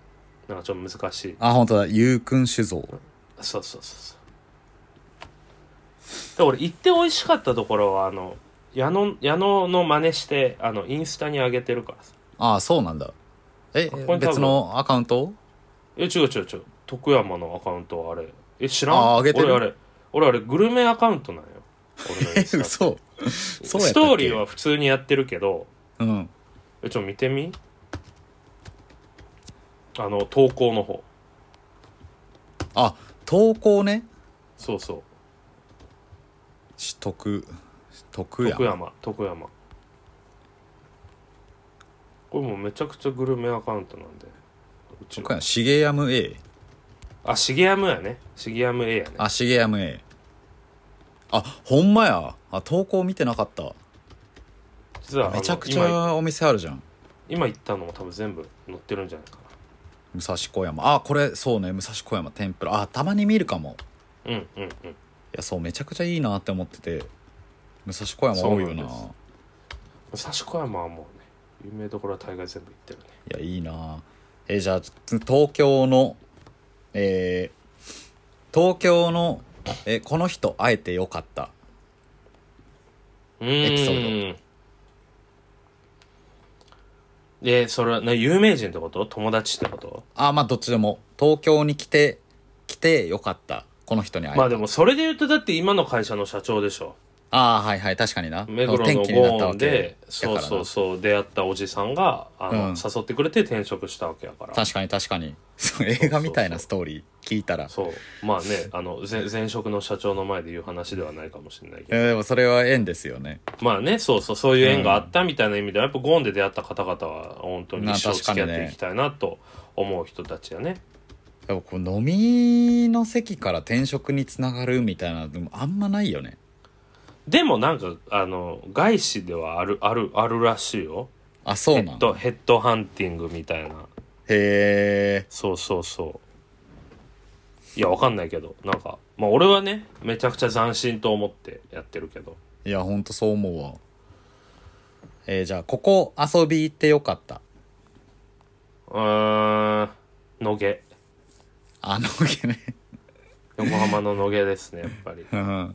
A: なんかちょっと難しい
B: あ、本当だ。ゆうくん酒造。
A: そうそうそうそうで俺行って美味しかったところはあの矢野矢野の真似してあのインスタに上げてるからさ
B: ああ、そうなんだ。え
A: ここ、に多分
B: 別のアカウント
A: え違う違う違う徳山のアカウントはあれえ知らん
B: あー上げてる
A: 俺あれ俺あれグルメアカウントなんよ俺のイ
B: え、
A: ンスタ
B: 嘘。そうやったっけ
A: ストーリーは普通にやってるけど
B: うん。
A: えちょっと見てみあの投稿の方
B: あ、投稿ね。
A: そうそう
B: し得得や
A: 徳山徳山これもうめちゃくちゃグルメアカウントなんでうちの
B: 徳山シゲヤム A
A: あシゲヤムやねシゲヤム A やね
B: あシゲヤム A あほんまやあ投稿見てなかった
A: 実はあの
B: めちゃくち
A: 今
B: ゃお店あるじゃん
A: 今行ったのも多分全部載ってるんじゃないか
B: 武蔵小山あこれそうね武蔵小山天ぷらあたまに見るかも
A: なうんうんうん
B: いやそうめちゃくちゃいいなって思ってて武蔵小山多い
A: そうな
B: よな
A: んです武蔵小山はもうね有名どころは大概全部行ってるね
B: いやいいなえーじゃあつ東京のえー東京の、えーこの人会えてよかった
A: うーん
B: エピソ
A: でそれはな有名人ってこと友達ってこと
B: あまあどっちでも東京に来て来てよかったこの人に会えた
A: まあでもそれで言うとだって今の会社の社長でしょ
B: ああはいはい確かにな
A: 目黒の
B: 天気になった
A: ゴー
B: わ
A: ン
B: け
A: で
B: やか
A: そ
B: ら
A: う
B: な
A: そうそう出会ったおじさんがあの、
B: うん
A: 誘ってくれて転職したわけやから
B: 確かに確かにそう映画みたいなストーリー聞いたら
A: そうまあねあの前前職の社長の前で言う話ではないかもしれないけ
B: えーでもそれは縁ですよね
A: どまあねそうそうそういう縁があったみたいな意味ではやっぱゴーンで出会った方々は本当に一生
B: まあ確か
A: 付き
B: にね
A: 合っていきたいなと思う人たちやね
B: やっぱこう飲みの席から転職につながるみたいなのもあんまないよね
A: でもなんかあの外資ではあるあるあるらしいよ
B: あそう
A: ヘ
B: なん
A: ッドヘッドハンティングみたいな
B: へえ
A: そうそうそういやわかんないけどなんかまあ俺はねめちゃくちゃ斬新と思ってやってるけど
B: いやほんとそう思うわえーじゃあここ遊び行ってよかった
A: うーん野毛
B: あの家ね
A: 横浜の野毛ですねやっぱ り
B: うん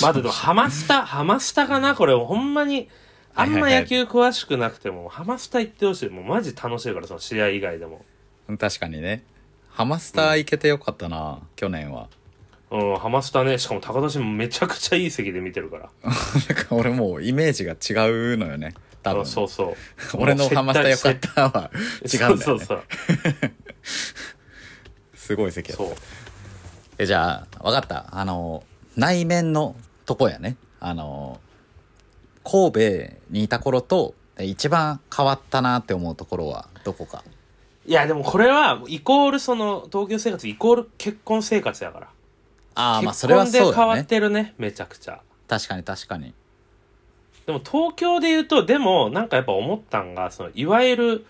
A: まあでもハマスタハマスタかなこれほんまにあんま
B: はいはいはい
A: 野球詳しくなくても、ハマスタ行ってほしいもうマジ楽しいからその試合以外でも
B: 確かにねハマスター行けてよかったな、去年は
A: うんハマスタねしかも高田市もめちゃくちゃいい席で見てるから
B: なんか俺もうイメージが違うのよね多分
A: あそうそう
B: 俺のハマスターよかったは違うんだよ、
A: そう
B: ね、
A: そうそう
B: すごい席やった
A: そう
B: えじゃあ分かったあの内面のとこやねあの神戸にいた頃とえ一番変わったなって思うところはどこか
A: いやでもこれはイコールその東京生活イコール結婚生活やから
B: ああまあ
A: 結
B: それは
A: 婚で
B: そ
A: 変
B: うだ
A: わ
B: ね
A: ってるねめちゃくちゃ
B: 確かに確かに
A: でも東京で言うとでもなんかやっぱ思ったんがそのいわゆる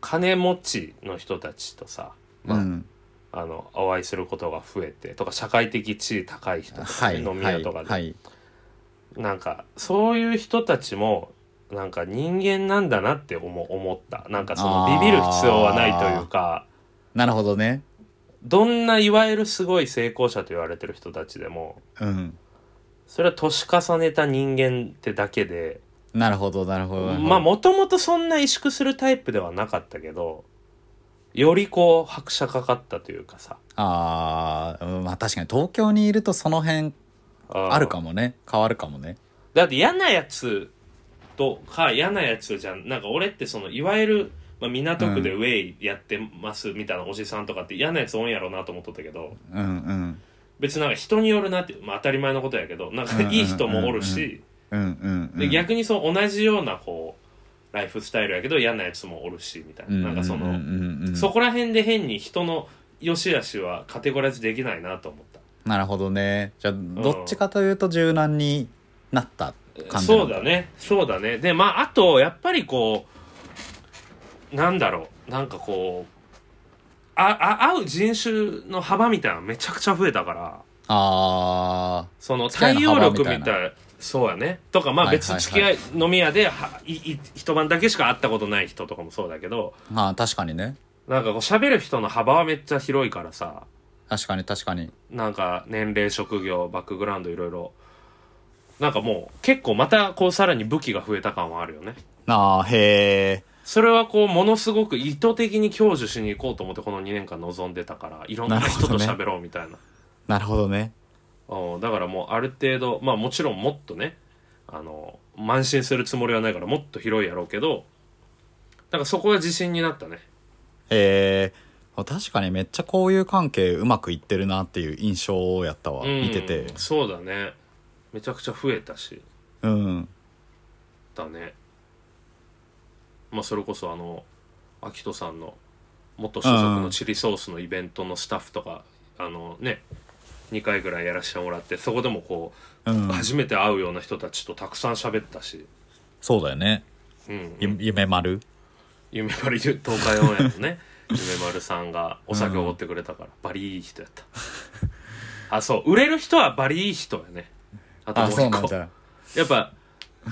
A: 金持ちの人たちとさ、まあ
B: うん
A: あのお会いすることが増えてとか社会的地位高い人とか
B: は
A: ね、
B: い
A: 飲み
B: は
A: 屋
B: い
A: とかで、
B: はい
A: なんかそういう人たちもなんか人間なんだなって思思ったなんかそのビビる必要はないというか
B: なるほどね。
A: どんないわゆるすごい成功者と言われてる人たちでも
B: うん。
A: それは年重ねた人間ってだけで
B: なるほど、なるほど。なるほど
A: まあもともとそんな萎縮するタイプではなかったけどよりこう拍車かかったというかさ
B: あーうんまあ確かに東京にいるとその辺あるか
A: も
B: もね。変わるかもね。
A: だって嫌なやつとか嫌なやつじゃんなんか俺ってそのいわゆる、まあ、港区でウェイやってますみたいなおじさんとかって嫌なやつ多いんやろうなと思っとったけど
B: うんうん。
A: 別になんか人によるなって、まあ、当たり前のことやけどなん
B: うん
A: か
B: うんうんうん
A: いい人もおるし
B: うんうん、うん。
A: で逆にそう同じようなこうライフスタイルやけど嫌なやつもおるしみたいななんかそ
B: うんう
A: の
B: んうん
A: そこら辺で変に人の良し悪しはカテゴライズできないなと思った。
B: なるほどね。じゃあ、どっちかというと柔軟になった感じな
A: そ
B: の
A: うだ。ねそうだねでまああとやっぱりこうなんだろうなんかこうああ合う人種の幅みたいなのめちゃくちゃ増えたから
B: あ
A: その
B: 付き合い
A: 対
B: の
A: 応
B: 幅み
A: 力
B: たいな
A: みたいそうやねとかまあ
B: はい
A: 別
B: はいはい
A: に付き合い飲み屋ではいい一晩だけしか会ったことない人とかもそうだけど
B: ーまあ確かにね。
A: なんかこう喋る人の幅はめっちゃ広いからさ
B: 確かに確かに。
A: なんか年齢職業バックグラウンドいろいろなんかもう結構またこうさらに武器が増えた感はあるよね
B: ああ、へえ。
A: それはこうものすごく意図的に享受しに行こうと思ってこの2年間望んでたからいろんな
B: なるほ
A: 人
B: ど
A: と
B: ね
A: 喋ろうみたいな
B: なるほどね。
A: うんだからもうある程度まあもちろんもっとねあの慢心するつもりはないからもっと広いやろうけどなんかそこは自信になったね
B: へえ。確かにめっちゃ交友関係うまくいってるなっていう印象やったわ。
A: うん
B: 見てて。
A: そうだねめちゃくちゃ増えたし
B: うん。
A: だねまあそれこそあのアキトさんの元所属のチリソースのイベントのスタッフとか、あのね2回ぐらいやらせてもらってそこでもこ
B: う。
A: うん初めて会うような人たちとたくさん喋ったし、
B: そうだよね。
A: うん、
B: ゆ夢丸
A: 夢丸ゆ東海オンエアの ね夢丸さんがお酒をおごってくれたから、バリいい人やったあそう売れる人はバリいい人やねあともう一個
B: ゃ。
A: やっぱ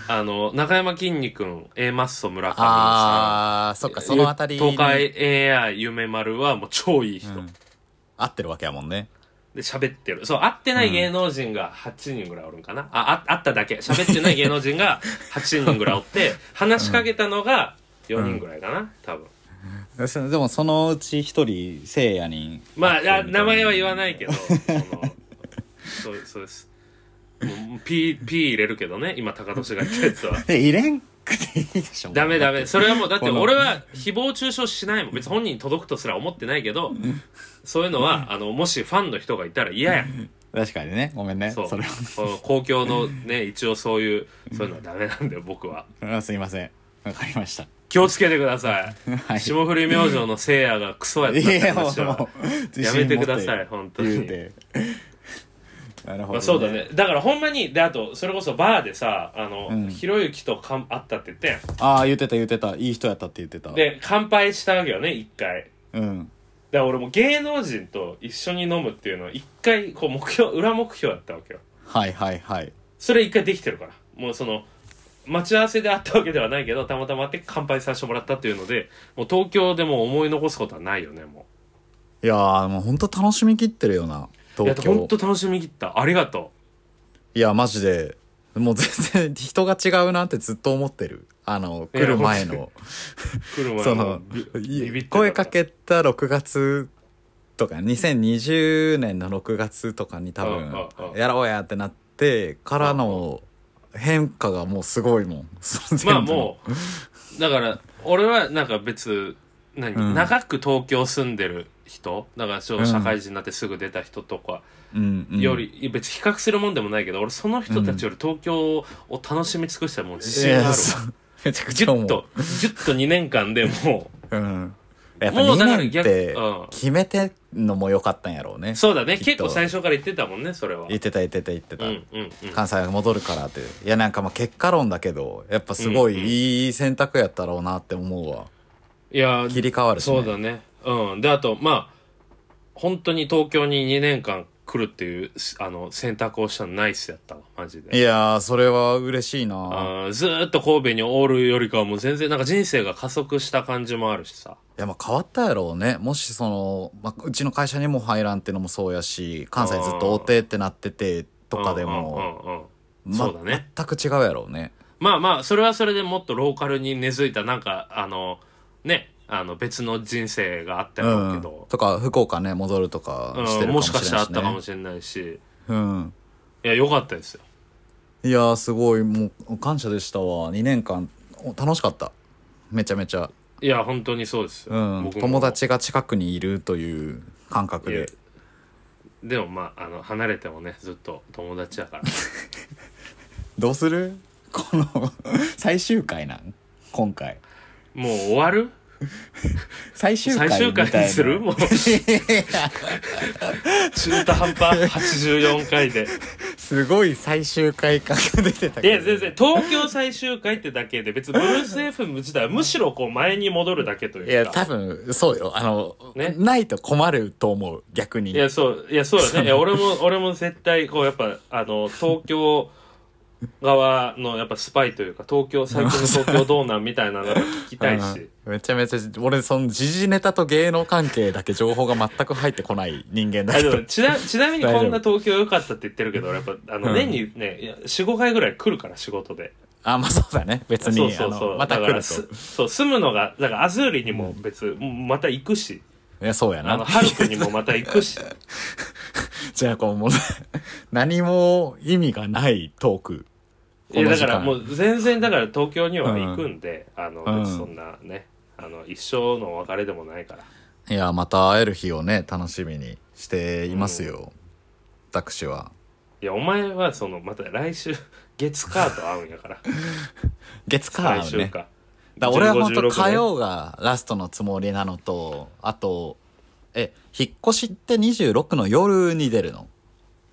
A: あの中山きんに君 A マッソ村上さん
B: ああ、そっか、そのあたりに。
A: 東海 AI 夢丸はもう超いい人、
B: うん合ってるわけやもんね。
A: で喋ってるそう会ってない芸能人が8人ぐらいおるんかな、ああ会っただけ喋ってない芸能人 が8人ぐらいおって話しかけたのが4人ぐらいかな、多分
B: でもそのうち一人、せいやに。
A: まああ
B: みたいな
A: 名前は言わないけどそのそうそうですもう P, P 入れるけどね今高俊が言ったやつは
B: え、入れんくていいでしょ。
A: ダメダメそれはもうだって
B: この
A: 俺は誹謗中傷しないもん別に本人に届くとすら思ってないけどそういうのはあのもしファンの人がいたら嫌や
B: 確かにね。ごめんね。
A: そう
B: それ
A: この公共のね 一応そういうそういうのはダメなんだよ僕は
B: は。 すいません。わかりました。
A: 気をつけてください、
B: はい
A: 霜降り明星のせいやがクソやったっ
B: い
A: て
B: や、も
A: 話
B: う、
A: は
B: もう
A: やめてください。本当
B: 自信持
A: に
B: って言うて。なるほど、
A: まあ、そうだね。だからほんまにであとそれこそバーでさあの、
B: うん
A: ひろゆきとかん会ったって言ってん
B: ああ、言ってた言ってた。いい人やったって言ってた。
A: で乾杯したわけよね一回
B: うん。
A: だから俺も芸能人と一緒に飲むっていうのを一回こう目標裏目標だったわけよ
B: はいはいはい。
A: それ一回できてるからもうその待ち合わせで会ったわけではないけどたまたま会って乾杯させてもらったっていうのでもう東京でもう思い残すことはないよねも
B: いやー、もう本当楽しみきってるよな。
A: ういや
B: 東京。
A: ほんと楽しみ切ったありがと
B: いや、マジで、もう全然人が違うなってずっと思ってる。あの、
A: いや
B: 来る前の、
A: う来る前
B: その
A: び、
B: い
A: ビビってた
B: 声かけた6月とか、2020年の6月とかに多
A: あ
B: 分
A: ああ、あ
B: やろうやってなってからの変化がもうすごいもん。
A: まあもうだから俺はなんか別何、
B: うん
A: 長く東京住んでる人だからそう
B: うん
A: 社会人になってすぐ出た人とか
B: う、うんうん、
A: より、別に比較するもんでもないけど俺その人たちより東京を楽しみ尽くしたらもう自
B: い
A: 信がある
B: や、
A: わ、
B: そうめちゃく
A: ギ
B: ち
A: ュ
B: ゃ思
A: ッ
B: う。
A: とギュッと2年間でも
B: うん。やっぱ
A: もうだから
B: 2年っ
A: 逆
B: て
A: うん
B: 決めてんのも良かったんやろうね
A: う。そうだね
B: きっ
A: 結
B: と
A: 構最初から言ってたもんねそれは
B: 言ってた言ってた言って
A: う
B: た。
A: んうんうん
B: 関西が戻るからっていやなんかまあ結果論だけどやっぱすご
A: うんうん
B: いいい選択やったろうなって思うわ
A: いや
B: 切り替わるし、ね、
A: そうだねうんであとまあ本当に東京に2年間来るっていうしあの選択をしたのナイスやったわマジ
B: い
A: で
B: やー、それは嬉しいな。
A: あーずーっと神戸におるよりかはもう全然なんか人生が加速した感じもあるしさ
B: いや、まあ変わったやろうね。もしその、まあ、うちの会社にも入らんってのもそうやし、関西ずっとおてってなっててとかでも、
A: うんうんうんうん
B: ま
A: そうだね
B: 全く違うやろうね。
A: まあまあそれはそれでもっとローカルに根付いたなんかあのねあの別の人生があったやろうけ
B: うん
A: ど、
B: とか、福岡ね、戻るとか
A: うん
B: してるか
A: も
B: も
A: し
B: しれ
A: か
B: ない
A: したらあ
B: し、ね。
A: ったかもしれないし
B: うん。
A: いや良かったですよ
B: いやー、すごい、もう感謝でしたわ。2年間、お楽しかった。めちゃめちゃ。
A: いや本当にそうですよ、
B: うん。
A: 僕も
B: 友達が近くにいるという感覚
A: いや
B: で。
A: でもまああの離れてもねずっと友達だから
B: どうするこの、 最終回なん今回。
A: もう終わる
B: 最終回
A: 最終回
B: みたい
A: に
B: な
A: す るもう中途半端84回です
B: ごい最終回感が出てた
A: い
B: けど
A: や全然東京最終回ってだけで別にブルース FM 自体はむしろこう前に戻るだけという
B: い
A: か
B: や多分そうよあの、
A: ね
B: ないと困ると思う逆に
A: いや、そう、いや、そうだね。いや、俺も、俺も絶対、こう、やっぱ、あの、東京側の、やっぱスパイというか、東京、最近の東京どうなんみたいなのが聞きたいし。
B: うんめちゃめちゃ俺その時事ネタと芸能関係だけ情報が全く入ってこない人間だ
A: あ
B: け
A: で
B: ど
A: もちなちなみにこんな
B: 大
A: 東京良かったって言ってるけど俺やっぱあの
B: うん
A: 年にね45回ぐらい来るから仕事で
B: あまあそうだね別に
A: そうそうそ
B: あの
A: う
B: また
A: だか
B: 来る
A: ら
B: と
A: すそう住むのがだからアズーリにも別、また行くし
B: いやそうや
A: あの
B: な
A: ハルクにもまた行くし
B: じゃあこうもう何も意味がないトーク
A: いや
B: この
A: だ
B: 時
A: か
B: 間
A: らもう全然だから東京には行くんで、あの、
B: うん
A: そんなねあの一生のお別れでもないから
B: いやまた会える日をね楽しみにしていますよ、私はい
A: やお前はそのまた来週 月火と会うんやから
B: 月火
A: 来
B: 会う
A: 週
B: ね
A: か
B: だから俺は
A: 15
B: 本当火
A: 16ね
B: 曜がラストのつもりなのとあとえ引っ越しって26の夜に出るの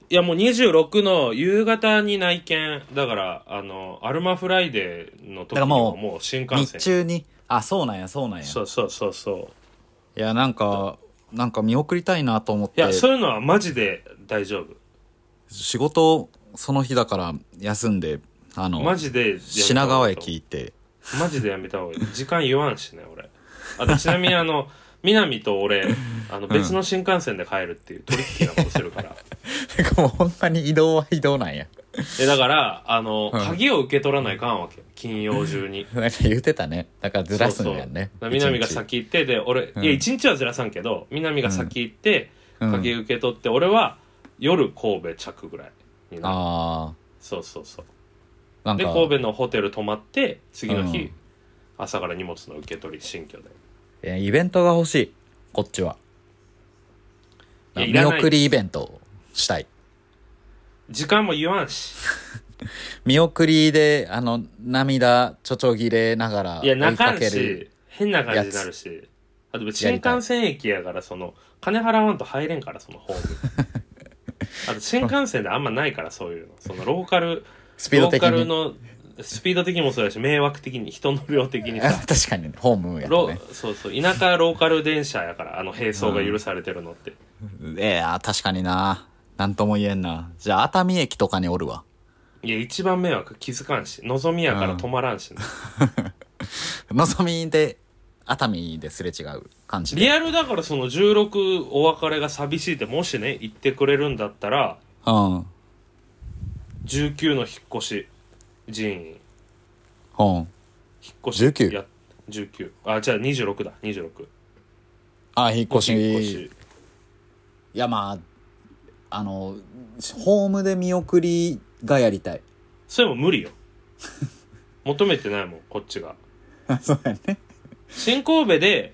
A: いやもう26の夕方に内見だからあのアルマフライデーの時には
B: だからもう
A: もう新幹
B: 日
A: 線
B: 中にあそうなんやそうなんや
A: そうそうそうそう
B: いやなんかなんか見送りたいなと思っ
A: い
B: て
A: やそういうのはマジで大丈夫
B: 仕事その日だから休んであの
A: マジでやめた方がいい
B: 品川駅行って
A: マジでやめた方がいい時間言わんしね俺あとちなみにあの南と俺あの別の新幹線で帰るっていうトリッキーなことするから
B: もうほんまに移動は移動なんや
A: えだからあの、
B: うん
A: 鍵を受け取らないかんわけ金曜中に
B: なんか言ってたねだからずらすんや
A: そうそ
B: んね
A: うだから南が
B: 一日
A: 先行ってで俺、
B: うん
A: いや一日はずらさんけど南が先行って、
B: うん
A: 鍵受け取って俺は夜神戸着ぐらいになる
B: あ
A: そうそうそう
B: あなん
A: で
B: か
A: 神戸のホテル泊まって次の日、
B: うん
A: 朝から荷物の受け取り新居で
B: いやイベントが欲しいこっちはい
A: やい
B: 見
A: らない
B: 送りイベントをしたい
A: 時間も言わんし
B: 見送りであの涙ちょちょ切れながら
A: いや泣かん
B: 追いる
A: し変な感じになるしあと新幹線駅やからその金払わんと入れんからそのホーム あと新幹線であんまないからそういうのそのローカル
B: スピード的
A: ローカル
B: に
A: のスピード的にもそうだし迷惑的に人の量的 にさ
B: 確かにホームや
A: ロ
B: とね
A: そうそう田舎ローカル電車やからあの並走が許されてるのって、
B: いや確かにななんとも言えんなじゃあ熱海駅とかにおるわ
A: いや一番迷惑気づかんし望みやから止まらんしね、
B: のぞみで熱海ですれ違う感じで
A: リアルだからその16お別れが寂しいってもしね言ってくれるんだったら
B: うんうん
A: 19の引っ越し寺院引っ越し
B: 19
A: や19あじゃあ26だ26
B: あ引っ越し
A: 引っ越し
B: いやまああのホームで見送りがやりたい
A: それも無理よ求めてないもんこっちが
B: そうやね
A: 新神戸で、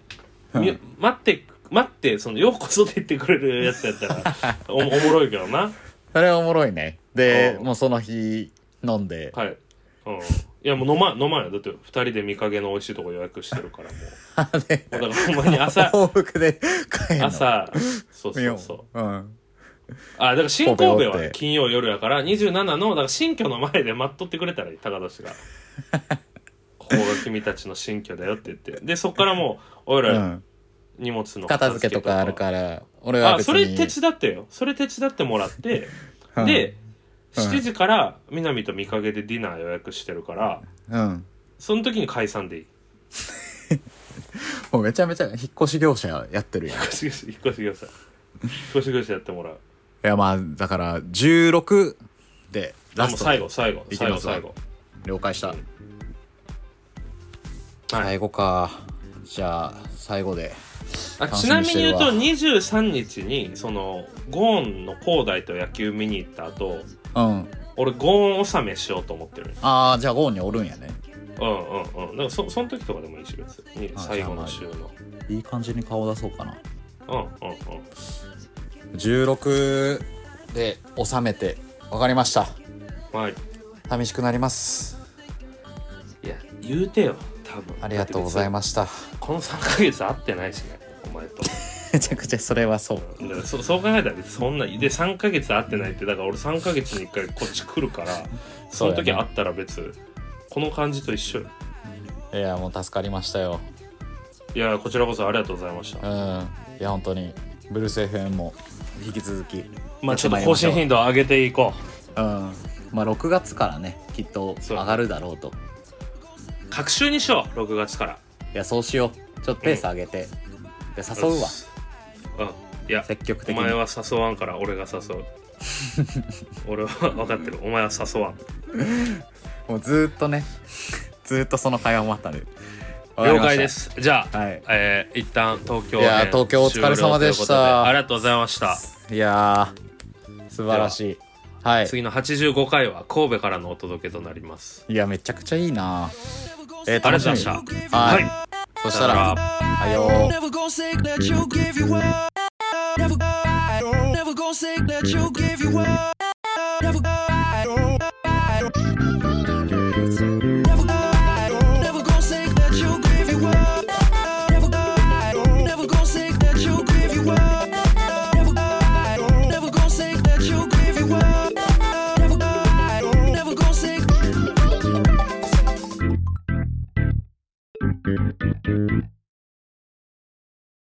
A: み
B: うん
A: 待って待ってそのようこそって言ってくれるやつやった らおおもろいけどな
B: それはおもろいねで
A: うん
B: もうその日飲んで
A: はい、うん、いやもう飲まん飲まんよだって二人で見かけの美味しいとこ予約してるからも
B: あ れ
A: うもうだからほんまに 朝
B: 往復で帰るの
A: 朝そう
B: 見
A: そ
B: よ
A: うそう
B: う、うん、
A: あだから新神戸
B: 神戸おっ
A: は
B: て
A: 金曜夜やから27のだから新居の前で待っとってくれたらいい高 年がここが君たちの新居だよって言ってでそっからもう俺
B: う
A: ら
B: ん、
A: 荷物の
B: 片付けとかあるから俺は
A: あ
B: 別
A: そ
B: に
A: れ手伝ってよそれ手伝ってもらって
B: うん
A: で
B: うん
A: 7時から南と見陰でディナー予約してるから
B: うん
A: その時に解散でい い
B: もうめちゃめちゃ引っ越し業者やってるやんい
A: 引っ越し引っ越し業者引っ越し業者やってもらう
B: やまあだから16で
A: あ
B: ラ
A: もう
B: スト
A: 最後最後
B: いき
A: 最
B: ま
A: 後
B: すわ
A: 最後
B: 了解した、
A: はい
B: 最後かじゃあ最後で
A: あ
B: 楽
A: ち
B: し
A: な
B: み
A: み
B: に
A: に言
B: してる
A: う
B: わ
A: と23日にそのゴーンの恒大と野球見に行った後
B: うん
A: 俺ゴーン納めしようと思ってる
B: ああじゃあゴーンにおるんやね
A: うんうんうんだからそその時とかでもいいし別に
B: あ
A: 最後の週の
B: いい感じに顔出そうかな
A: うんうんうん
B: 16で収めて分かりました
A: はい
B: 寂しくなります
A: いや言うてよ多分
B: ありがとうございました
A: すこの3ヶ月会ってないしねお前と
B: めちゃくちゃそれはそう
A: だからそそう考えたら別にそんなで3ヶ月会ってないってだから俺3ヶ月に1回こっち来るからその
B: そう
A: 時
B: やな
A: 会ったら別この感じと一緒よ
B: いやもう助かりましたよ
A: いやこちらこそありがとうございました
B: うんいや本当にブルース FM も引き続き
A: まあちょっと更新頻度を上げていこ
B: うんまあ6月からねきっと上がるだろうと
A: う各週にしよう6月から
B: いやそうしようちょっとペース上げて、で誘うわ
A: うんいや
B: 積極
A: お
B: 的に
A: 前は誘わんから俺が誘 う俺は分かってるお前は誘わん
B: もうずーっとね ずーっとその会話もあったんで
A: 了解ですじゃあ、
B: はい
A: えー一旦東京
B: いやー
A: 編
B: 東京お疲れ様で
A: 終了というこ
B: した
A: とでありがとうございました
B: いやー素晴らしいはい
A: 次の85回は神戸からのお届けとなります
B: いやめちゃくちゃいいな
A: あ
B: えー、
A: り
B: 楽
A: が
B: し
A: とう
B: み
A: ございました
B: は
A: はい
B: い、そしたらはよう
C: Never gonna say that you give you up. Never, never gonna say that you give you up. Never,